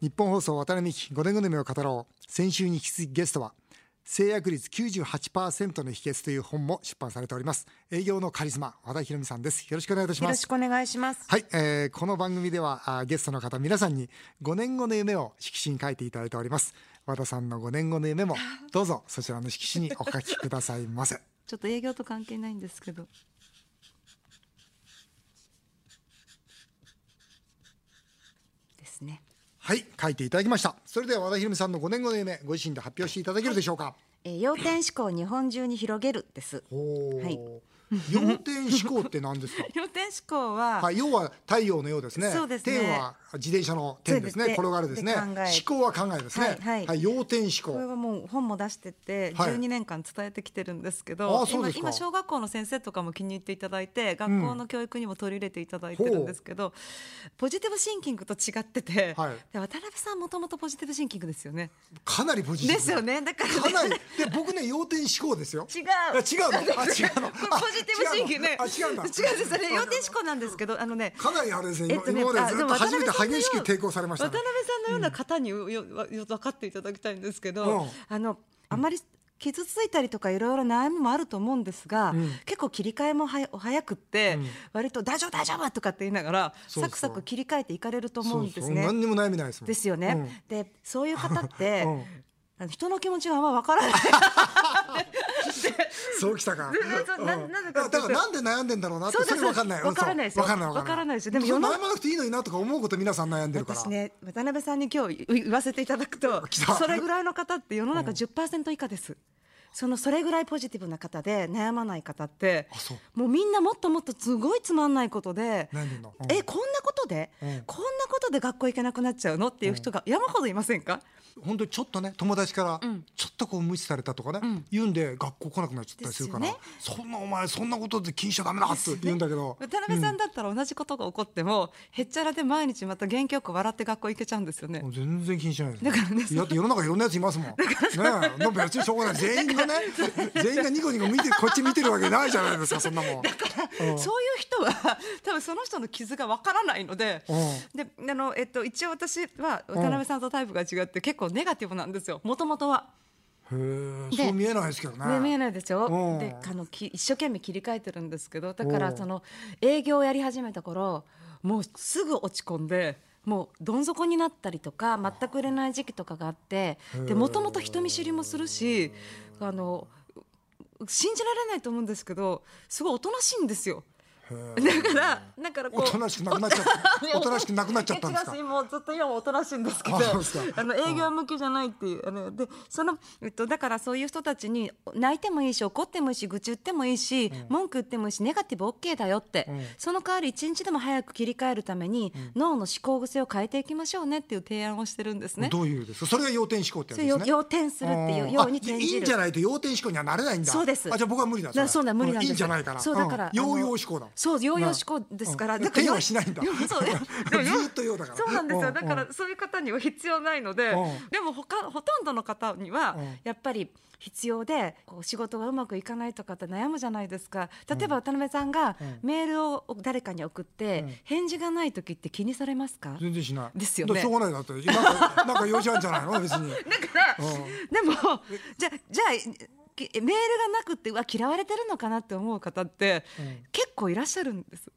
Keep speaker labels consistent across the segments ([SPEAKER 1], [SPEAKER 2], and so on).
[SPEAKER 1] 日本放送渡辺美希5年組を語ろう先週に引き続きゲストは制約率98%の秘訣という本も出版されております営業のカリスマ和田博美さんですよろしくお願いいたし
[SPEAKER 2] よ
[SPEAKER 1] ま
[SPEAKER 2] ろ
[SPEAKER 1] す
[SPEAKER 2] しくお願いします。
[SPEAKER 1] はい、えーこの番組ではあーゲストの方皆さんに5年後の夢を色紙に書いていただいております和田さんの5年後の 夢もどうぞそちらの色紙にお書きくださいませ
[SPEAKER 3] ちょっと営業と関係ないんですけど。ですね。
[SPEAKER 1] はい書いていただきましたそれでは和田博美さんの5年後の夢ご自身で発表していただけるでしょうか、
[SPEAKER 3] えー、要点思考を日本中に広げるです。
[SPEAKER 1] おー
[SPEAKER 3] はい
[SPEAKER 1] 要点思考って何ですか
[SPEAKER 3] 要点思考は、
[SPEAKER 1] はい、要は太陽のようですね。
[SPEAKER 3] そうですね
[SPEAKER 1] 点は自転車の点ですね。
[SPEAKER 3] そうですね
[SPEAKER 1] 転がるですね。
[SPEAKER 3] で考
[SPEAKER 1] 思
[SPEAKER 3] え
[SPEAKER 1] 考は考えですね。
[SPEAKER 3] はいはい
[SPEAKER 1] 要点思
[SPEAKER 3] これ
[SPEAKER 1] 考。
[SPEAKER 3] はもう本も出してて
[SPEAKER 1] はい
[SPEAKER 3] 12年間伝えてきてるんですけど、
[SPEAKER 1] あーそう
[SPEAKER 3] 今
[SPEAKER 1] ですか
[SPEAKER 3] 今小学校の先生とかも気に入っていただいて学校の教育にも取り入れていただいてるんですけど、ポジティブシンキングと違ってて、
[SPEAKER 1] はい
[SPEAKER 3] で渡辺さんもともとポジティブシンキングですよね。
[SPEAKER 1] かなりポジティブ。
[SPEAKER 3] ですよ。ねだからね
[SPEAKER 1] かなり。で、僕ね、要点思考ですよ。
[SPEAKER 3] 違う
[SPEAKER 1] あ違 うの。あ、違うの。
[SPEAKER 3] こ
[SPEAKER 1] あ
[SPEAKER 3] れポジティブシンキングね。
[SPEAKER 1] あ、違うんだ。
[SPEAKER 3] 違うんです。それ要点思考なんですけど、あのね。
[SPEAKER 1] かなりあれですね。
[SPEAKER 3] えっとね
[SPEAKER 1] 今ま
[SPEAKER 3] あ
[SPEAKER 1] でず
[SPEAKER 3] で
[SPEAKER 1] っ
[SPEAKER 3] も
[SPEAKER 1] と初めて
[SPEAKER 3] 渡辺さんの
[SPEAKER 1] 激しく
[SPEAKER 3] よう
[SPEAKER 1] 抵抗されました、
[SPEAKER 3] 渡
[SPEAKER 1] ね
[SPEAKER 3] 辺。さんのような方によ、よ、よ、分かっていただきたいんですけ
[SPEAKER 1] うん
[SPEAKER 3] ど、あの、あまり。傷ついたりとかいろいろ悩みもあると思うんですが、結構切り替えもはやお早くって、割と「大丈夫大丈夫!」とかって言いながら
[SPEAKER 1] そうそう
[SPEAKER 3] サクサク切り替えていかれると思うんです
[SPEAKER 1] そう
[SPEAKER 3] ね。
[SPEAKER 1] 何にも悩みないですもん。
[SPEAKER 3] ですよね。でそういう方っ て、
[SPEAKER 1] うん
[SPEAKER 3] あの人の気持ちがあんま分からない
[SPEAKER 1] そうきたか。
[SPEAKER 3] そうななぜか
[SPEAKER 1] あだからなんで悩んでんだろうなって
[SPEAKER 3] そうです
[SPEAKER 1] それわかんない。
[SPEAKER 3] わからないですよ
[SPEAKER 1] わからないわ
[SPEAKER 3] わからないですよ
[SPEAKER 1] で
[SPEAKER 3] で
[SPEAKER 1] も
[SPEAKER 3] も
[SPEAKER 1] 悩
[SPEAKER 3] 世の
[SPEAKER 1] まなくていいのになとか思うこと皆さん悩んでるから。
[SPEAKER 3] 私ね渡辺さんに今日言言わせていただくと
[SPEAKER 1] 来た
[SPEAKER 3] それぐらいの方って世の中10%以下です、そのそれぐらいポジティブな方で悩まない方って
[SPEAKER 1] あそう
[SPEAKER 3] もうみんなもっともっとすごいつまんないことで
[SPEAKER 1] 悩んでんの。うん
[SPEAKER 3] えこんなことで、
[SPEAKER 1] うん
[SPEAKER 3] こんなことで学校行けなくなっちゃうのっていう人が山ほどいませんか、
[SPEAKER 1] 本当にちょっとね友達からちょっとこう無視されたとかね、言うんで学校来なくなっちゃったりするから、
[SPEAKER 3] ですよ
[SPEAKER 1] そ
[SPEAKER 3] ね
[SPEAKER 1] んなお前そんなことで禁止しちゃダメだって言うんだけど、
[SPEAKER 3] 渡辺さんだったら同じことが起こっても、へっちゃらで毎日また元気よく笑って学校行けちゃうんですよね
[SPEAKER 1] も。う全然禁止しないです
[SPEAKER 3] だからね
[SPEAKER 1] だって世の中いろんなやついますもんねえもう別にしょうがない全員がね全員がニコニコ見てこっち見てるわけないじゃないですかそんなもん
[SPEAKER 3] そういう人は 多分その人の傷がわからないのでであの、えっと、一応私は渡辺さんとタイプが違って結構ネガティブなんですよもともとは。
[SPEAKER 1] へえ
[SPEAKER 3] で
[SPEAKER 1] そう見えないですけどね
[SPEAKER 3] 見えないでしょ
[SPEAKER 1] うん
[SPEAKER 3] であのき一生懸命切り替えてるんですけどだか
[SPEAKER 1] う
[SPEAKER 3] ら
[SPEAKER 1] ん
[SPEAKER 3] その営業をやり始めた頃もうすぐ落ち込んで。もうどん底になったりとか全く売れない時期とかがあってでもともと人見知りもするしあの信じられないと思うんですけどすごいおとなしいんですよだからだから
[SPEAKER 1] お
[SPEAKER 3] こう
[SPEAKER 1] となしくなくなっちゃったおとなしくなくなっちゃったんですか
[SPEAKER 3] いや違うしもうずっと今もおとなしいんですけど
[SPEAKER 1] あそうですか
[SPEAKER 3] あの営業向けじゃないっていうあのでその、えっと、だからそういう人たちに泣いてもいいし怒ってもいいし愚痴言ってもいいし、文句言ってもいいしネガティブ OK だよって、その代わり一日でも早く切り替えるために、脳の思考癖を変えていきましょうねっていう提案をしてるんですね。
[SPEAKER 1] どういうですかそれが要点思考ってやつで
[SPEAKER 3] それ
[SPEAKER 1] す
[SPEAKER 3] を
[SPEAKER 1] ね
[SPEAKER 3] 要点するっていうように
[SPEAKER 1] あ
[SPEAKER 3] 転
[SPEAKER 1] い
[SPEAKER 3] じ
[SPEAKER 1] いん
[SPEAKER 3] る
[SPEAKER 1] じゃないと要点思考にはなれないんだ
[SPEAKER 3] そうです
[SPEAKER 1] あじゃあ僕は無理だれ
[SPEAKER 3] だそうだ無理なんです
[SPEAKER 1] いいんじゃないかな
[SPEAKER 3] そうだから
[SPEAKER 1] ん要
[SPEAKER 3] あの
[SPEAKER 1] 用思考だ
[SPEAKER 3] そう要々思考ですから
[SPEAKER 1] うん
[SPEAKER 3] だから
[SPEAKER 1] 手はしないんだ
[SPEAKER 3] よ そうでも
[SPEAKER 1] ずーっと用だから
[SPEAKER 3] そうなんです
[SPEAKER 1] う
[SPEAKER 3] よ
[SPEAKER 1] ん
[SPEAKER 3] だからそういう方には必要ないの
[SPEAKER 1] う
[SPEAKER 3] で
[SPEAKER 1] ん
[SPEAKER 3] でも他ほとんどの方には
[SPEAKER 1] うん
[SPEAKER 3] やっぱり必要でこう仕事がうまくいかないとかって悩むじゃないですか例えば渡辺さんがメールを誰かに送って返事がない時って気にされます か
[SPEAKER 1] 全然しない
[SPEAKER 3] ですよね
[SPEAKER 1] だからしょうがないだってなんかなんか用事あるんじゃないの別 に
[SPEAKER 3] だから、
[SPEAKER 1] うん
[SPEAKER 3] でもじゃじゃあきメールがなくてうわ嫌われてるのかなって思う方って、結構いらっしゃるんです。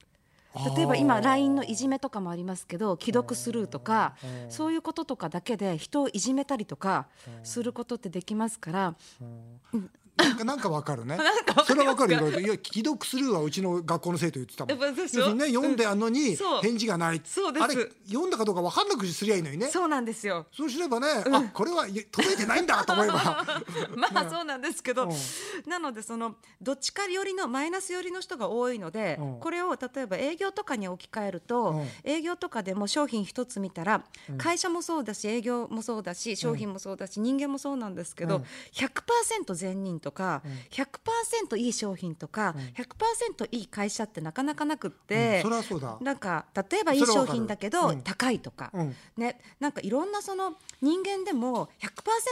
[SPEAKER 3] 例えば
[SPEAKER 1] あ
[SPEAKER 3] 今
[SPEAKER 1] ー
[SPEAKER 3] LINE のいじめとかもありますけど既読スルーとかそういうこととかだけで人をいじめたりとかすることってできますから
[SPEAKER 1] なんかなんかわか るねそれはわかるよいや既読スルーはうちの学校の生徒言ってたもん
[SPEAKER 3] やっぱそうでしょ
[SPEAKER 1] 要するにね読んであんのに
[SPEAKER 3] そう
[SPEAKER 1] 返事がない
[SPEAKER 3] そうです
[SPEAKER 1] あれ読んだかどうかわかんなくすりゃいいのにね
[SPEAKER 3] そうなんですよ。
[SPEAKER 1] そうすればねあこれはい届いてないんだと思えば
[SPEAKER 3] まあ そうなんですけど、 なのでそのどっちか寄りのマイナス寄りの人が多いので、
[SPEAKER 1] うん
[SPEAKER 3] これを例えば営業とかに置き換えると、
[SPEAKER 1] うん
[SPEAKER 3] 営業とかでも商品一つ見たら、会社もそうだし営業もそうだし商品もそうだし、人間もそうなんですけど、100%善人ととか、
[SPEAKER 1] うん
[SPEAKER 3] 100%いい商品とか、
[SPEAKER 1] うん
[SPEAKER 3] 100%いい会社ってなかなかなくっ
[SPEAKER 1] うん
[SPEAKER 3] て
[SPEAKER 1] そ、れはそうだ。
[SPEAKER 3] なんか例えばいい
[SPEAKER 1] それは
[SPEAKER 3] 商
[SPEAKER 1] わかる
[SPEAKER 3] 品だけど、
[SPEAKER 1] うん
[SPEAKER 3] 高いとか、
[SPEAKER 1] うん、
[SPEAKER 3] ね、なんかいろんなその人間でも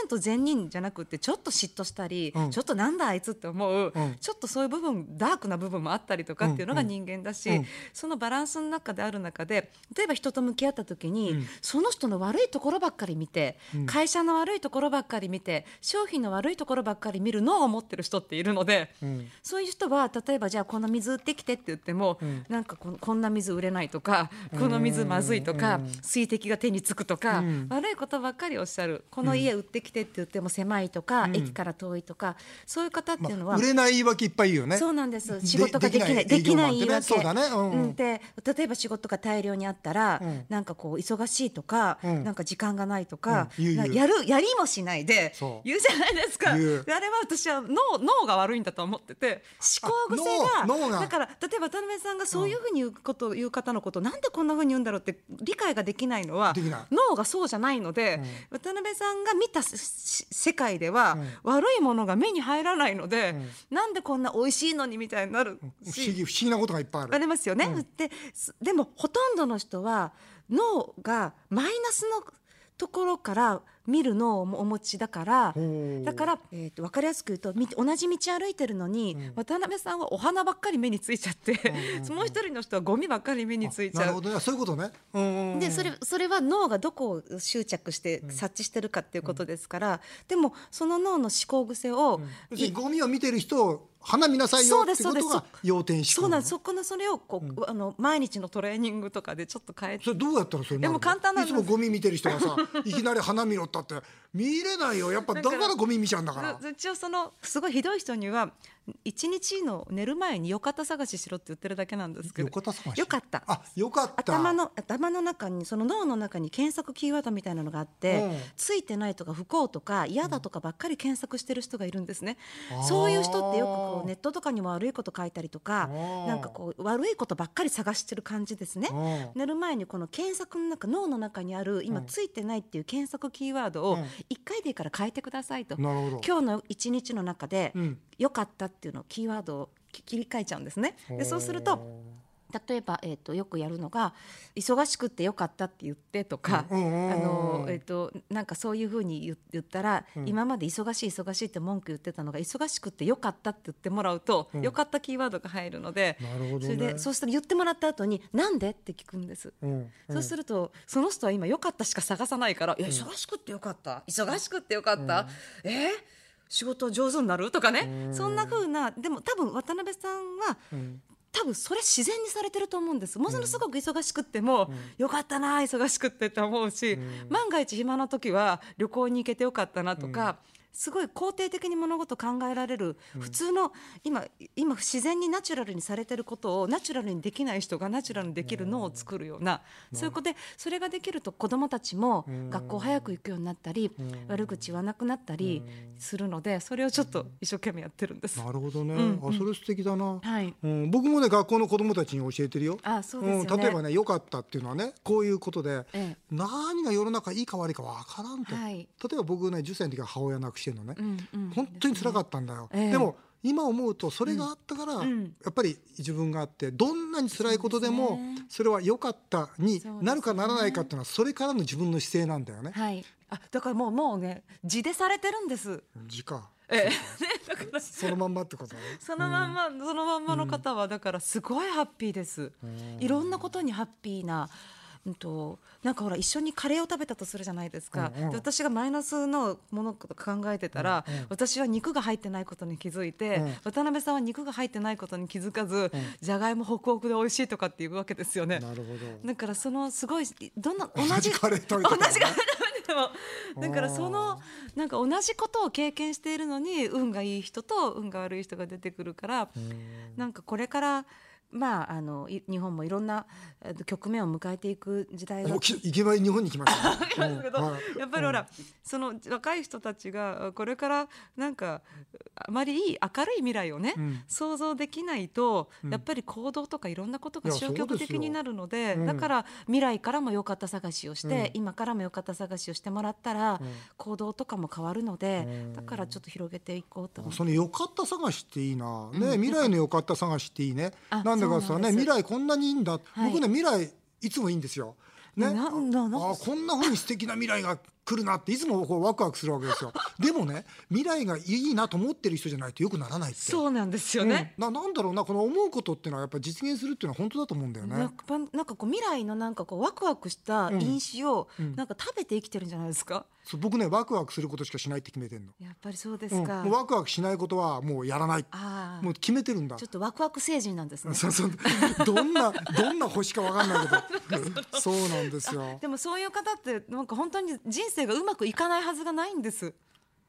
[SPEAKER 3] 100%善人じゃなくてちょっと嫉妬したり、
[SPEAKER 1] うん
[SPEAKER 3] ちょっとなんだあいつって思う、
[SPEAKER 1] うん
[SPEAKER 3] ちょっとそういう部分ダークな部分もあったりとかっていうのが人間だし、
[SPEAKER 1] うんうん
[SPEAKER 3] そのバランスの中である中で例えば人と向き合った時に、
[SPEAKER 1] うん
[SPEAKER 3] その人の悪いところばっかり見て、
[SPEAKER 1] うん
[SPEAKER 3] 会社の悪いところばっかり見て商品の悪いところばっかり見るのを思ってる人っているので。
[SPEAKER 1] うん、
[SPEAKER 3] そういう人は例えばじゃあこの水売ってきてって言っても、
[SPEAKER 1] うん
[SPEAKER 3] なんかこんこんな水売れないとかこの水まずいとか、
[SPEAKER 1] うん
[SPEAKER 3] 水滴が手につくとか、
[SPEAKER 1] うん
[SPEAKER 3] 悪いことばっかりおっしゃるこの家売ってきてって言っても狭いとか、
[SPEAKER 1] うん
[SPEAKER 3] 駅から遠いとかそういう方っていうの
[SPEAKER 1] ま
[SPEAKER 3] は、
[SPEAKER 1] あ、売れない言い訳いっぱい言うよね。
[SPEAKER 3] そうなんです仕事ができない
[SPEAKER 1] で
[SPEAKER 3] で
[SPEAKER 1] き
[SPEAKER 3] き
[SPEAKER 1] な
[SPEAKER 3] ないい
[SPEAKER 1] 営業
[SPEAKER 3] 言
[SPEAKER 1] マン
[SPEAKER 3] い訳
[SPEAKER 1] ってねそうだねうん
[SPEAKER 3] うんで例えば仕事が大量にあったら、
[SPEAKER 1] うん
[SPEAKER 3] なんかこう忙しいとか、
[SPEAKER 1] うん
[SPEAKER 3] なんか時間がないとか、
[SPEAKER 1] うん言う言う
[SPEAKER 3] なやるやりもしないで
[SPEAKER 1] そう
[SPEAKER 3] 言うじゃないですか
[SPEAKER 1] 言う
[SPEAKER 3] であれは私は脳脳が悪いんだと思ってて思考癖
[SPEAKER 1] あ
[SPEAKER 3] が
[SPEAKER 1] 脳脳が
[SPEAKER 3] だから例えば渡辺さんがそういうふうに言うこと、言う方のことなんでこんなふうに言うんだろうって理解ができないのは
[SPEAKER 1] できない
[SPEAKER 3] 脳がそうじゃないので、渡辺さんが見たせし世界では、悪いものが目に入らないので、なんでこんな美味しいのにみたいになる
[SPEAKER 1] 不思
[SPEAKER 3] し、
[SPEAKER 1] 議不思議なことがいっぱいある。
[SPEAKER 3] ありますよね、ですでもほとんどの人は脳がマイナスのところから見る脳をお持ちだから
[SPEAKER 1] ほう
[SPEAKER 3] だから、えー、と分かりやすく言うとみ同じ道歩いてるのに、渡辺さんはお花ばっかり目についちゃって、 もう一人の人はゴミばっかり目についち
[SPEAKER 1] な
[SPEAKER 3] ゃ
[SPEAKER 1] る
[SPEAKER 3] う
[SPEAKER 1] ほどね、そういうことね。うんうん
[SPEAKER 3] でそれそれは脳がどこを執着して察知してるかっていうことですから、でもその脳の思考癖を、
[SPEAKER 1] 要する
[SPEAKER 3] い
[SPEAKER 1] にゴミを見てる人を花見なさいよ
[SPEAKER 3] そう
[SPEAKER 1] って
[SPEAKER 3] で
[SPEAKER 1] い
[SPEAKER 3] す
[SPEAKER 1] うこと
[SPEAKER 3] そう
[SPEAKER 1] が
[SPEAKER 3] です
[SPEAKER 1] 要点思
[SPEAKER 3] そ
[SPEAKER 1] 考
[SPEAKER 3] う
[SPEAKER 1] なんの。
[SPEAKER 3] なですそこのそれをこう、あの毎日のトレーニングとかでちょっと変えて
[SPEAKER 1] それどうやったらそれになるの
[SPEAKER 3] でも簡単なん
[SPEAKER 1] い
[SPEAKER 3] で
[SPEAKER 1] つ
[SPEAKER 3] す
[SPEAKER 1] もゴミ見てる人がさいきなり花見ろったって見れないよやっぱだからゴミ見ちゃうんだから
[SPEAKER 3] ず一応そのすごいひどい人には一日の寝る前によかった探ししろって言ってるだけなんですけど
[SPEAKER 1] よかった探し
[SPEAKER 3] よかった
[SPEAKER 1] あよかった
[SPEAKER 3] 頭の頭の中にその脳の中に検索キーワードみたいなのがあって、
[SPEAKER 1] うん
[SPEAKER 3] ついてないとか不幸とか嫌だとかばっかり検索してる人がいるんですね、
[SPEAKER 1] あー
[SPEAKER 3] そういう人ってよくこうネットとかにも悪いこと書いたりとか
[SPEAKER 1] うん
[SPEAKER 3] なんかこう悪いことばっかり探してる感じですね
[SPEAKER 1] うん
[SPEAKER 3] 寝る前にこの検索の中脳の中にある今
[SPEAKER 1] うん
[SPEAKER 3] ついてないっていう検索キーワードを
[SPEAKER 1] うん
[SPEAKER 3] 1回でいいから変えてくださいと、
[SPEAKER 1] なるほど
[SPEAKER 3] 今日の一日の中で
[SPEAKER 1] うん
[SPEAKER 3] 良かったっていうのをキーワードをき切り替えちゃうんですねでそうすると例えば、えー、とよくやるのが「忙しくてよかった」って言ってとか、
[SPEAKER 1] うんうんうんうん
[SPEAKER 3] あのえー、となんかそういうふうに言言ったら、
[SPEAKER 1] ん
[SPEAKER 3] 今まで「忙しい忙しい」って文句言ってたのが「忙しくてよかった」って言ってもらうと、
[SPEAKER 1] うん
[SPEAKER 3] よかったキーワードが入るので
[SPEAKER 1] なるほどね
[SPEAKER 3] それでそうしたら言ってもらった後に「なんで?」って聞くんです。
[SPEAKER 1] うん
[SPEAKER 3] そうすると、その人は今良かったしか探さないから、いや忙しくってよかった忙しくってよかった、えー仕事上手になるとかね、そんな風なでも多分渡辺さんは、
[SPEAKER 1] ん
[SPEAKER 3] 多分それ自然にされてると思うんですもうそのすごく忙しくっても、よかったな忙しくってって思うし、万が一暇な時は旅行に行けてよかったなとか。すごい肯定的に物事を考えられる普通の今今自然にナチュラルにされてることをナチュラルにできない人がナチュラルにできる脳を作るようなそういうことでそれができると子どもたちも学校早く行くようになったり悪口言わなくなったりするのでそれをちょっと一生懸命やってるんです。
[SPEAKER 1] なるほどね、
[SPEAKER 3] うん
[SPEAKER 1] あそれ素敵だな、
[SPEAKER 3] はい
[SPEAKER 1] うん、僕もね学校の子供たちに教えてるよ
[SPEAKER 3] あそうですよ
[SPEAKER 1] ん、
[SPEAKER 3] ね
[SPEAKER 1] 例えばね良かったっていうのはねこういうことで、
[SPEAKER 3] ええ
[SPEAKER 1] 何が世の中いいか悪いかわからんと、
[SPEAKER 3] はい
[SPEAKER 1] 例えば僕ね10歳の時は母親亡くしてるのね、
[SPEAKER 3] うんうん
[SPEAKER 1] 本当に辛かったんだよ、
[SPEAKER 3] ええ
[SPEAKER 1] でも今思うとそれがあったから、
[SPEAKER 3] ん
[SPEAKER 1] やっぱり自分があってどんなに辛いことでも
[SPEAKER 3] そうですね
[SPEAKER 1] それは良かったに
[SPEAKER 3] そうですね
[SPEAKER 1] なるかならないかっていうのはそれからの自分の姿勢なんだよね。
[SPEAKER 3] はい、あだからもうもうね地でされてるんです。
[SPEAKER 1] 字か
[SPEAKER 3] ええ、ね だから
[SPEAKER 1] そのまんまってことだね。
[SPEAKER 3] そのまんま、そのまんまの方はだからすごいハッピーです。いろんなことにハッピーな。うんとなんかほら一緒にカレーを食べたとするじゃないですか、
[SPEAKER 1] うんうん
[SPEAKER 3] で私がマイナスのものと考えてたら、私は肉が入ってないことに気づいて、
[SPEAKER 1] うん
[SPEAKER 3] 渡辺さんは肉が入ってないことに気づかず、じゃがいもホクホクで美味しいとかっていうわけですよ ね。
[SPEAKER 1] なるほど。
[SPEAKER 3] だからそのすごいどんな同
[SPEAKER 1] 同じ
[SPEAKER 3] じ
[SPEAKER 1] カレー食べ
[SPEAKER 3] 同
[SPEAKER 1] て
[SPEAKER 3] じ
[SPEAKER 1] た
[SPEAKER 3] が でもだからそのなんか同じことを経験しているのに運がいい人と運が悪い人が出てくるからなんかこれからまあ、あのい日本もいろんなえっと局面を迎えていく時代が
[SPEAKER 1] おきいけばい日本に来ましたね
[SPEAKER 3] なんですけど
[SPEAKER 1] うんはい
[SPEAKER 3] やっぱりほら、その若い人たちがこれからなんかあまりいい明るい未来をね、
[SPEAKER 1] うん
[SPEAKER 3] 想像できないと、
[SPEAKER 1] うん
[SPEAKER 3] やっぱり行動とかいろんなことが
[SPEAKER 1] いや
[SPEAKER 3] 消極的になるの
[SPEAKER 1] そ
[SPEAKER 3] で
[SPEAKER 1] うですようん
[SPEAKER 3] だから未来からも良かった探しをして、
[SPEAKER 1] う
[SPEAKER 3] 今からも良かった探しをしてもらったら、
[SPEAKER 1] うん
[SPEAKER 3] 行動とかも変わるので、
[SPEAKER 1] うん
[SPEAKER 3] だからちょっと広げていこうと思って
[SPEAKER 1] その良かった探しっていいな、ね
[SPEAKER 3] うん
[SPEAKER 1] 未来の良かった探しっていいね
[SPEAKER 3] あ
[SPEAKER 1] なんだか
[SPEAKER 3] そ
[SPEAKER 1] さ
[SPEAKER 3] うな
[SPEAKER 1] ね
[SPEAKER 3] んです
[SPEAKER 1] 未来こんなにいいんだ、
[SPEAKER 3] はい
[SPEAKER 1] 僕ね未来いつもいいんですよ。ね、
[SPEAKER 3] ななな
[SPEAKER 1] あこんな風に素敵な未来が来るなっていつもこうワクワクするわけですよでもね未来がいいなと思ってる人じゃないとよくならないって
[SPEAKER 3] そうなんですよね。
[SPEAKER 1] うんななんだろうなこの思うことっていうのはやっぱ実現するっていうのは本当だと思うんだよ
[SPEAKER 3] なん
[SPEAKER 1] ね
[SPEAKER 3] かばんなんかこう未来のなんかこうワクワクした飲酒を
[SPEAKER 1] うん
[SPEAKER 3] なんか食べて生きてるんじゃないですか、
[SPEAKER 1] そう僕ねワクワクすることしかしないって決めてんの
[SPEAKER 3] やっぱりそうですか、
[SPEAKER 1] うんもうワクワクしないことはもうやらない
[SPEAKER 3] ああ
[SPEAKER 1] もう決めてるんだ
[SPEAKER 3] ちょっとワクワク成人なんですね
[SPEAKER 1] そう そうどんなどんな星かわかんないけどそうなんですよ
[SPEAKER 3] でもそういう方ってなんか本当に人生がうまくいかないはずがないんです
[SPEAKER 1] う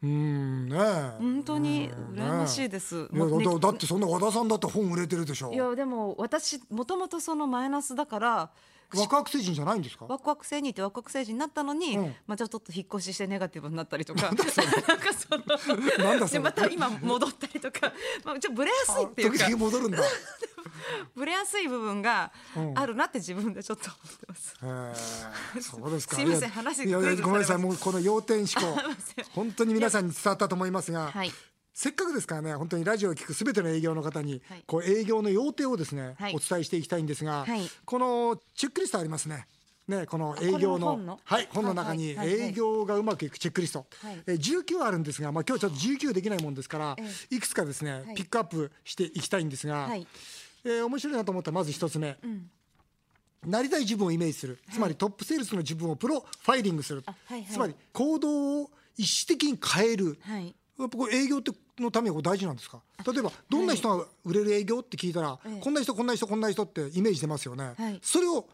[SPEAKER 1] ーんね
[SPEAKER 3] 本当に
[SPEAKER 1] うんね
[SPEAKER 3] 羨ましいです、
[SPEAKER 1] いや
[SPEAKER 3] もうね
[SPEAKER 1] だだってそんな和田さんだって本売れてるでしょ
[SPEAKER 3] いやでも私もともとそのマイナスだから
[SPEAKER 1] ワクワク成人じゃないんですか
[SPEAKER 3] ワクワク星人ってワクワク星人になったのに、
[SPEAKER 1] うん
[SPEAKER 3] まあちょっと引っ越ししてネガティブになった りとか、なんかその、
[SPEAKER 1] なんだそ
[SPEAKER 3] で
[SPEAKER 1] れ
[SPEAKER 3] また今戻ったりとか、まあちょっとブレやすいっていう
[SPEAKER 1] 時
[SPEAKER 3] か、
[SPEAKER 1] 々戻るんだへ
[SPEAKER 3] ブレやすい部分が
[SPEAKER 1] うん
[SPEAKER 3] あるなって自分でちょっと思ってます。
[SPEAKER 1] え そうですか
[SPEAKER 3] すいません
[SPEAKER 1] や
[SPEAKER 3] 話
[SPEAKER 1] いやい
[SPEAKER 3] ぐ
[SPEAKER 1] や
[SPEAKER 3] るぐる
[SPEAKER 1] ごめんな
[SPEAKER 3] さ
[SPEAKER 1] さ
[SPEAKER 3] れ
[SPEAKER 1] いもうこの要点思 考本当に皆さんに伝わったと思いますが、
[SPEAKER 3] はい
[SPEAKER 1] せっかくですからね本当にラジオを聞くすべての営業の方に、
[SPEAKER 3] はい
[SPEAKER 1] こう営業の要点をですね、
[SPEAKER 3] はい
[SPEAKER 1] お伝えしていきたいんですが、
[SPEAKER 3] はい
[SPEAKER 1] このチェックリストありますね。ね、この営業の
[SPEAKER 3] これは本の
[SPEAKER 1] はい、本の中に
[SPEAKER 3] はいはいはい
[SPEAKER 1] 営業がうまくいくチェックリスト、
[SPEAKER 3] はい
[SPEAKER 1] えー19あるんですが、まあ、今日ちょっと19できないもんですから、
[SPEAKER 3] え
[SPEAKER 1] いくつかですね、
[SPEAKER 3] はい
[SPEAKER 1] ピックアップしていきたいんですが、
[SPEAKER 3] はい
[SPEAKER 1] えー面白いなと思ったらまず一つ目、
[SPEAKER 3] ん
[SPEAKER 1] なりたい自分をイメージするつまりトップセールスの自分をプロファイリングする、
[SPEAKER 3] あはいはい
[SPEAKER 1] つまり行動を意思的に変える、
[SPEAKER 3] はい。
[SPEAKER 1] やっぱこれ営業ってのためにはこれ大事なんですか例えばどんな人が売れる営業って聞いたら、
[SPEAKER 3] ええ
[SPEAKER 1] こんな人こんな人こんな人ってイメージ出ますよね、
[SPEAKER 3] はい
[SPEAKER 1] それを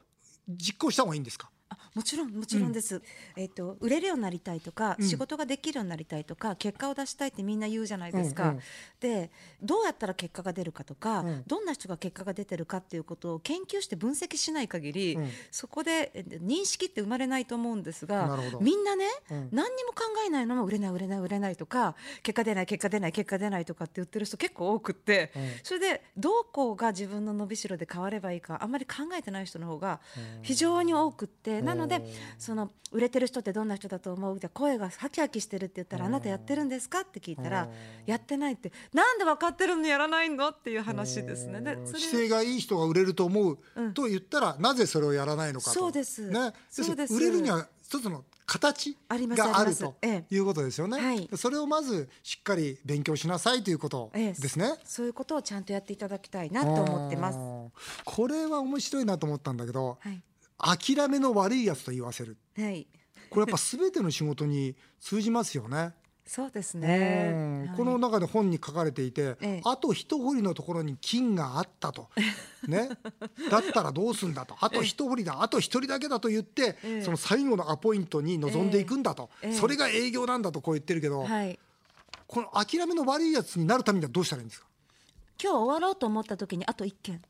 [SPEAKER 1] 実行した方がいいんですか
[SPEAKER 3] あもちろんもちろんです、えっと売れるようになりたいとか、
[SPEAKER 1] ん
[SPEAKER 3] 仕事ができるようになりたいとか結果を出したいってみんな言うじゃないですか、
[SPEAKER 1] うんうん
[SPEAKER 3] でどうやったら結果が出るかとか、
[SPEAKER 1] うん
[SPEAKER 3] どんな人が結果が出てるかっていうことを研究して分析しない限り、
[SPEAKER 1] うん
[SPEAKER 3] そこでえ認識って生まれないと思うんですが
[SPEAKER 1] なるほど
[SPEAKER 3] みんなね、
[SPEAKER 1] うん
[SPEAKER 3] 何にも考えないのも売れない売れない売れないとか結果出ない結果出ない結果出ないとかって言ってる人結構多くって、
[SPEAKER 1] うん
[SPEAKER 3] それでどこが自分の伸びしろで変わればいいかあんまり考えてない人の方が非常に多くってなのでその売れてる人ってどんな人だと思うじゃあ声がハキハキしてるって言ったらあなたやってるんですかって聞いたらやってないってなんで分かってるのにやらないのっていう話ですね。でそれ
[SPEAKER 1] 姿勢がいい人が売れると思う、
[SPEAKER 3] うん
[SPEAKER 1] と言ったらなぜそれをやらないのかと
[SPEAKER 3] そうです
[SPEAKER 1] ね、
[SPEAKER 3] そうです
[SPEAKER 1] 要るに売れるには一つの形
[SPEAKER 3] あります
[SPEAKER 1] があ
[SPEAKER 3] あり
[SPEAKER 1] る
[SPEAKER 3] ます
[SPEAKER 1] と
[SPEAKER 3] え
[SPEAKER 1] いうことですよね、
[SPEAKER 3] はい
[SPEAKER 1] それをまずしっかり勉強しなさいということ
[SPEAKER 3] ええ
[SPEAKER 1] ですね、
[SPEAKER 3] そういうことをちゃんとやっていただきたいなと思ってます
[SPEAKER 1] あ。ーこれは面白いなと思ったんだけど、
[SPEAKER 3] はい、
[SPEAKER 1] 諦めの悪いやつと言わせる
[SPEAKER 3] はい、
[SPEAKER 1] これやっぱ全ての仕事に通じますよね。
[SPEAKER 3] そうです
[SPEAKER 1] うん
[SPEAKER 3] ね。
[SPEAKER 1] この
[SPEAKER 3] はい
[SPEAKER 1] 中で本に書かれていて、
[SPEAKER 3] ええ
[SPEAKER 1] あと一掘りのところに金があった と、ね、だったらどうすんだとあと一掘りだあと一人だけだと言って、
[SPEAKER 3] ええ
[SPEAKER 1] その最後のアポイントに臨んでいくんだと、
[SPEAKER 3] ええええ
[SPEAKER 1] それが営業なんだとこう言ってるけど、
[SPEAKER 3] はい
[SPEAKER 1] この諦めの悪いやつになるためにはどうしたらいいんですか
[SPEAKER 3] 今日終わろうと思った時にあと1件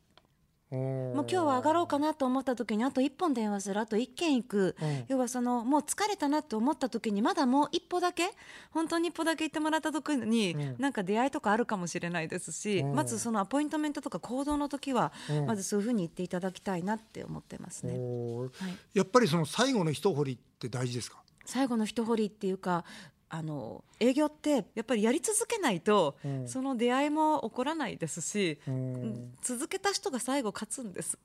[SPEAKER 3] も
[SPEAKER 1] も
[SPEAKER 3] う今日は上がろうかなと思った時にあと1本電話するあと1件行く、
[SPEAKER 1] うん
[SPEAKER 3] 要はそのもう疲れたなと思った時にまだもう一歩だけ本当に一歩だけ行ってもらった時に、
[SPEAKER 1] うん
[SPEAKER 3] なんか出会いとかあるかもしれないですし、
[SPEAKER 1] うん
[SPEAKER 3] まずそのアポイントメントとか行動の時は、
[SPEAKER 1] うん
[SPEAKER 3] まずそういうふうに言っていただきたいなって思ってますね。
[SPEAKER 1] おー
[SPEAKER 3] はい
[SPEAKER 1] やっぱりその最後の一掘りって大事ですか
[SPEAKER 3] 最後の一掘りっていうかあの営業ってやっぱりやり続けないと、
[SPEAKER 1] うん
[SPEAKER 3] その出会いも起こらないですし、
[SPEAKER 1] うん
[SPEAKER 3] うん続けた人が最後勝つんです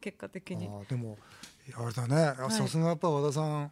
[SPEAKER 3] 結果的に。
[SPEAKER 1] ああでもあれだね、あ
[SPEAKER 3] い
[SPEAKER 1] さすがやっぱ和田さん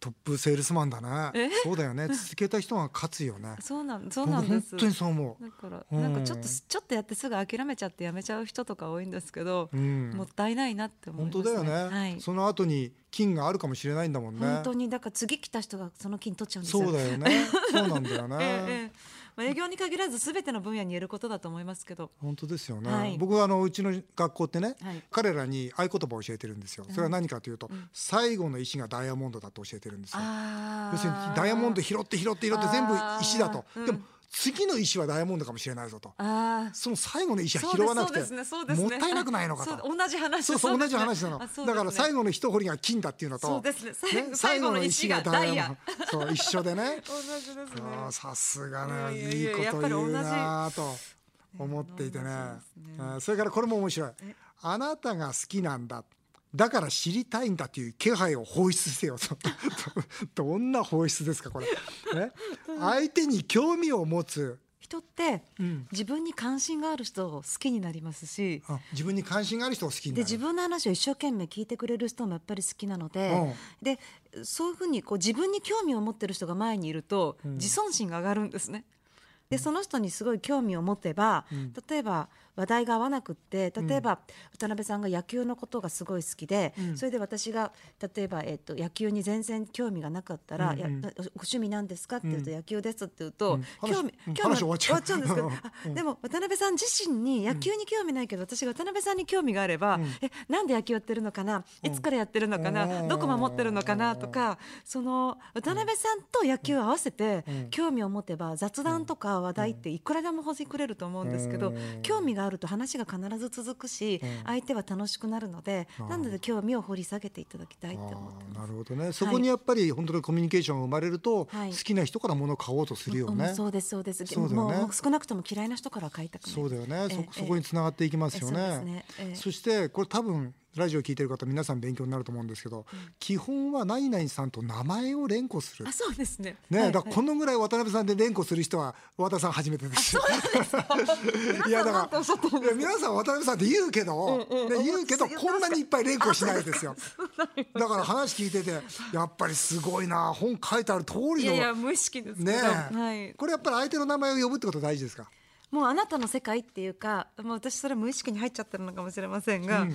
[SPEAKER 1] トップセールスマンだね
[SPEAKER 3] え
[SPEAKER 1] そうだよね続けた人が勝つよね
[SPEAKER 3] そうなん そうなん
[SPEAKER 1] 僕
[SPEAKER 3] です
[SPEAKER 1] 本当にそう思
[SPEAKER 3] だから、
[SPEAKER 1] うん
[SPEAKER 3] なんかちょっとすちょっとやってすぐ諦めちゃってやめちゃう人とか多いんですけど、
[SPEAKER 1] う、うん、
[SPEAKER 3] もったいないなって思い
[SPEAKER 1] 本
[SPEAKER 3] ます、
[SPEAKER 1] 当だよね、
[SPEAKER 3] はい、
[SPEAKER 1] その後に金があるかもしれないんだもんね
[SPEAKER 3] 本当にだから次来た人がその金取っちゃうんですよ
[SPEAKER 1] そうだよ ねそうなんだよね、
[SPEAKER 3] ええええまあ、営業に限らず全ての分野に言えることだと思いますけど
[SPEAKER 1] 本当ですよね、
[SPEAKER 3] はい
[SPEAKER 1] 僕はあのうちの学校ってね、
[SPEAKER 3] はい
[SPEAKER 1] 彼らに合言葉を教えてるんですよそれは何かというと、最後の石がダイヤモンドだと教えてるんですよ
[SPEAKER 3] あー
[SPEAKER 1] 要するにダイヤモンド拾って拾って拾って全部石だと
[SPEAKER 3] あーうん
[SPEAKER 1] でも次の石はダイヤモンドかもしれないぞと
[SPEAKER 3] ああ
[SPEAKER 1] その最後の石は
[SPEAKER 3] そう
[SPEAKER 1] 拾
[SPEAKER 3] で
[SPEAKER 1] わ
[SPEAKER 3] す
[SPEAKER 1] な
[SPEAKER 3] そ
[SPEAKER 1] く
[SPEAKER 3] う
[SPEAKER 1] て
[SPEAKER 3] ですねそうですね
[SPEAKER 1] もったいなくないのかと
[SPEAKER 3] あそう同じ話
[SPEAKER 1] そうそう同じ話なの、だから最
[SPEAKER 3] 後
[SPEAKER 1] 後の一掘りが金だっていうのと
[SPEAKER 3] そうですね最後
[SPEAKER 1] ね
[SPEAKER 3] 最後の石がダイ
[SPEAKER 1] ダ
[SPEAKER 3] ヤ
[SPEAKER 1] イヤモンドそう一緒でね
[SPEAKER 3] 同じですね
[SPEAKER 1] あーさすがね
[SPEAKER 3] いやいや
[SPEAKER 1] い
[SPEAKER 3] い
[SPEAKER 1] い
[SPEAKER 3] や
[SPEAKER 1] こと言うなーと
[SPEAKER 3] 同じ
[SPEAKER 1] 思っていてね
[SPEAKER 3] うんそうですね
[SPEAKER 1] うんそれからこれも面白い
[SPEAKER 3] え
[SPEAKER 1] あなたが好きなんだだから知りたいんだという気配を放出せよと どどんな放出ですかこれ、ね、相手に興味を持つ、
[SPEAKER 3] 人って
[SPEAKER 1] うん
[SPEAKER 3] 自分に関心がある人を好きになりますし
[SPEAKER 1] あ自分に関心がある人を好きに
[SPEAKER 3] で
[SPEAKER 1] なる
[SPEAKER 3] 自分の話を一生懸命聞いてくれる人もやっぱり好きなので、
[SPEAKER 1] うん
[SPEAKER 3] でそういうふうにこう自分に興味を持ってる人が前にいると、
[SPEAKER 1] ん
[SPEAKER 3] 自尊心が上がるんですね。でその人にすごい興味を持てば、
[SPEAKER 1] うん
[SPEAKER 3] 例えば話題が合わなくって例えば渡辺さんが野球のことがすごい好きで、
[SPEAKER 1] うん
[SPEAKER 3] それで私が例えば、えっと野球に全然興味がなかったら
[SPEAKER 1] うんう
[SPEAKER 3] 「
[SPEAKER 1] ん
[SPEAKER 3] いやなご趣味なんですか?」って言うと「
[SPEAKER 1] う
[SPEAKER 3] 野球です」って言う
[SPEAKER 1] う
[SPEAKER 3] と
[SPEAKER 1] ん話
[SPEAKER 3] 興味
[SPEAKER 1] うん
[SPEAKER 3] 興味
[SPEAKER 1] 話終わっちゃう
[SPEAKER 3] うんですけど
[SPEAKER 1] う
[SPEAKER 3] あ
[SPEAKER 1] ん
[SPEAKER 3] でも渡辺さん自身に野球に興味ないけど、私が渡辺さんに興味があれば、
[SPEAKER 1] うん
[SPEAKER 3] えなんで野球やってるのかな、
[SPEAKER 1] うん
[SPEAKER 3] いつからやってるのかな、
[SPEAKER 1] うん
[SPEAKER 3] どこ守ってるのかなとかその渡辺さんと野球を合わせて
[SPEAKER 1] うん
[SPEAKER 3] 興味を持てば雑談とか話題っていくらでもほじくれると思うんですけど、
[SPEAKER 1] うん
[SPEAKER 3] 興味があると話が必ず続くし、
[SPEAKER 1] うん
[SPEAKER 3] 相手は楽しくなるので、
[SPEAKER 1] うん
[SPEAKER 3] なので興味を掘り下げていただきたいって
[SPEAKER 1] あ
[SPEAKER 3] 思って
[SPEAKER 1] ー
[SPEAKER 3] ま
[SPEAKER 1] な
[SPEAKER 3] す。
[SPEAKER 1] るほどねそこにやっぱり本当にコミュニケーションが生まれると、
[SPEAKER 3] はい
[SPEAKER 1] 好きな人から物を買おうとするよ
[SPEAKER 3] うん
[SPEAKER 1] ね、
[SPEAKER 3] そうですそうです
[SPEAKER 1] そうだよね
[SPEAKER 3] もう少なくとも嫌いな人からは買いたくない
[SPEAKER 1] そうだよね、
[SPEAKER 3] え
[SPEAKER 1] そ
[SPEAKER 3] え
[SPEAKER 1] そこにつながっていきますよね。
[SPEAKER 3] ええそうですねええ
[SPEAKER 1] そしてこれ多分ラジオ聞いてる方皆さん勉強になると思うんですけど、基本は何々さんと名前を連呼する
[SPEAKER 3] あ。そうですね
[SPEAKER 1] ね、
[SPEAKER 3] はい
[SPEAKER 1] だからこのぐらい渡辺さんで連呼する人は和田さん初めてです。いやだ
[SPEAKER 3] な
[SPEAKER 1] か
[SPEAKER 3] んてお
[SPEAKER 1] ら
[SPEAKER 3] っしゃったんですか
[SPEAKER 1] いや皆さん渡辺さんって言うけど、
[SPEAKER 3] ええええ
[SPEAKER 1] ね言うけど
[SPEAKER 3] 思いつ
[SPEAKER 1] こんなにいっぱい連呼しないですよ。だから話聞いててやっぱりすごいな本書いてある通り
[SPEAKER 3] い
[SPEAKER 1] の
[SPEAKER 3] やいや無意識ですけど、
[SPEAKER 1] ねえ、
[SPEAKER 3] はい、
[SPEAKER 1] これやっぱり相手の名前を呼ぶってこと大事ですか。
[SPEAKER 3] もうあなたの世界っていうかもう私それ無意識に入っちゃってるのかもしれませんが、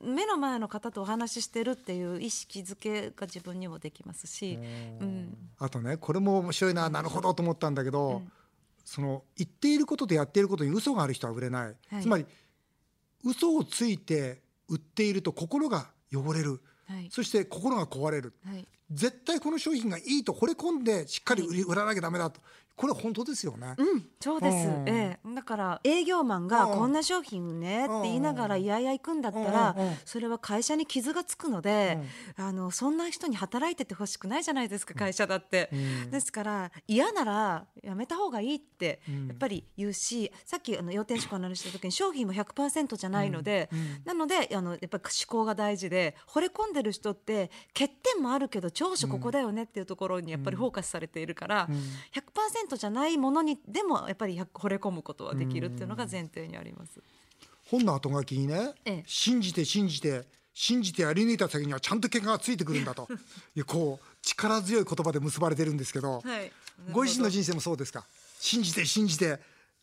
[SPEAKER 3] 目の前の方とお話ししてるっていう意識づけが自分にもできますし、うん、
[SPEAKER 1] あとねこれも面白いななるほどと思ったんだけど、その言っていることとやっていることに嘘がある人は売れない、
[SPEAKER 3] はい
[SPEAKER 1] つまり嘘をついて売っていると心が汚れる
[SPEAKER 3] はい、
[SPEAKER 1] そして心が壊れる
[SPEAKER 3] はい、
[SPEAKER 1] 絶対この商品がいいと惚れ込んでしっかり売り売らなきゃダメだとこれ本当ですよね。
[SPEAKER 3] うん、そうです
[SPEAKER 1] う、ん
[SPEAKER 3] ええ、だから営業マンが
[SPEAKER 1] うん
[SPEAKER 3] こんな商品ねって言いながら
[SPEAKER 1] う
[SPEAKER 3] いやいや行くんだったら
[SPEAKER 1] うんうんうん
[SPEAKER 3] それは会社に傷がつくのであのそんな人に働いててほしくないじゃないですか会社だって
[SPEAKER 1] うん
[SPEAKER 3] ですから嫌ならやめた方がいいって
[SPEAKER 1] うん
[SPEAKER 3] やっぱり言うしさっきあの要点思考の話した時に商品も100%じゃないので
[SPEAKER 1] うんうん
[SPEAKER 3] なのであのやっぱり思考が大事で惚れ込んでる人って欠点もあるけど長所ここだよねっていうところにやっぱりフォーカスされているから
[SPEAKER 1] うん
[SPEAKER 3] 100%じゃないものにでもやっぱり100惚れ込むことはできるっていうのが前提にあります。
[SPEAKER 1] 本の後書きにね、
[SPEAKER 3] ええ
[SPEAKER 1] 信じて信じて信じてやり抜いた先にはちゃんと結果がついてくるんだ というこう力強い言葉で結ばれてるんですけど、
[SPEAKER 3] はい、
[SPEAKER 1] ご自身の人生もそうですか信じて信じて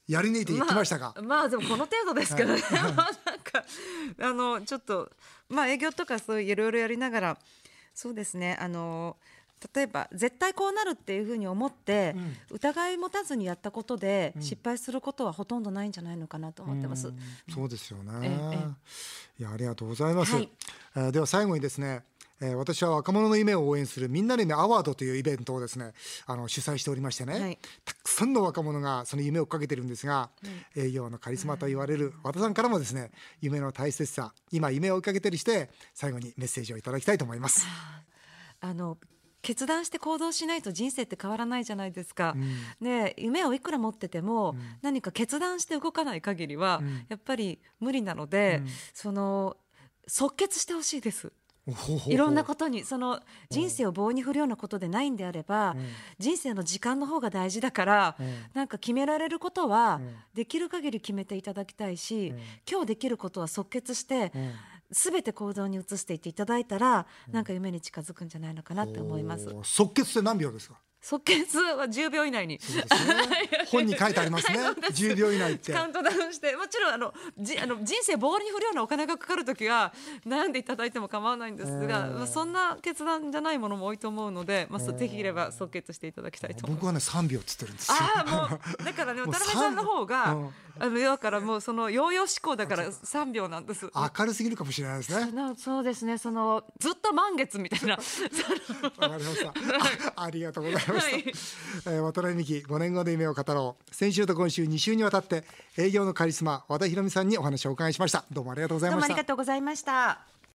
[SPEAKER 1] やり抜いていきましたか、
[SPEAKER 3] まあ、まあでもこの程度ですからね、 まあなんかあのちょっとまあ営業とかそういういろいろやりながらそうですねあの例えば絶対こうなるっていうふうに思って、疑い持たずにやったことで、失敗することはほとんどないんじゃないのかなと思ってます。
[SPEAKER 1] うんそうですよね、
[SPEAKER 3] ええ
[SPEAKER 1] いやありがとうございます、
[SPEAKER 3] はい
[SPEAKER 1] えーでは最後にですね、えー私は若者の夢を応援するみんなの夢アワードというイベントをですねあの主催しておりましてね、
[SPEAKER 3] はい
[SPEAKER 1] たくさんの若者がその夢を追っかけてるんですが、営業のカリスマと言われる和田さんからもですね夢の大切さ今夢を追いかけてるして最後にメッセージをいただきたいと思います、
[SPEAKER 3] あの決断して行動しないと人生って変わらないじゃないですか。ねえ夢をいくら持ってても、何か決断して動かない限りは、
[SPEAKER 1] ん
[SPEAKER 3] やっぱり無理なので、その即決してほしいです。
[SPEAKER 1] ほうほうほう
[SPEAKER 3] いろんなことにその人生を棒に振るようなことでないんであれば、人生の時間の方が大事だから、
[SPEAKER 1] うん
[SPEAKER 3] なんか決められることは
[SPEAKER 1] ん
[SPEAKER 3] できる限り決めていただきたいし、今日できることは即決して、
[SPEAKER 1] ん
[SPEAKER 3] すべて行動に移していっていただいたら、なんか夢に近づくんじゃないのかなって思います。
[SPEAKER 1] おー即決って何秒 ですか
[SPEAKER 3] 即決は10秒以内に
[SPEAKER 1] そうですね本に書いてありますね。10秒以内って。
[SPEAKER 3] カウントダウンしてもちろんあのじあの人生ボールに振るようなお金がかかるときは悩んでいただいても構わないんですが、
[SPEAKER 1] うん
[SPEAKER 3] まあ、そんな決断じゃないものも多いと思うので、まあ、そうできれば即決していただきたいと思います。
[SPEAKER 1] 僕はね3秒っつってるんですよ。
[SPEAKER 3] ああもうだからね渡
[SPEAKER 1] もう
[SPEAKER 3] 辺さんの方が、
[SPEAKER 1] うん
[SPEAKER 3] あのだからもうそのヨーヨー思考だから3秒なんです。
[SPEAKER 1] 明るすぎるかもしれないですね。
[SPEAKER 3] なそうですねそのずっと満月みたいなその
[SPEAKER 1] わかりました。あありがとうございます。ました、えー渡辺美希5年後の夢を語ろう先週と今週2週にわたって営業のカリスマ和田博美さんにお話をお伺いしましたどうもありがとうござい
[SPEAKER 3] ど
[SPEAKER 1] ま
[SPEAKER 3] うもあ
[SPEAKER 1] し
[SPEAKER 3] り
[SPEAKER 1] た
[SPEAKER 3] がとうございました。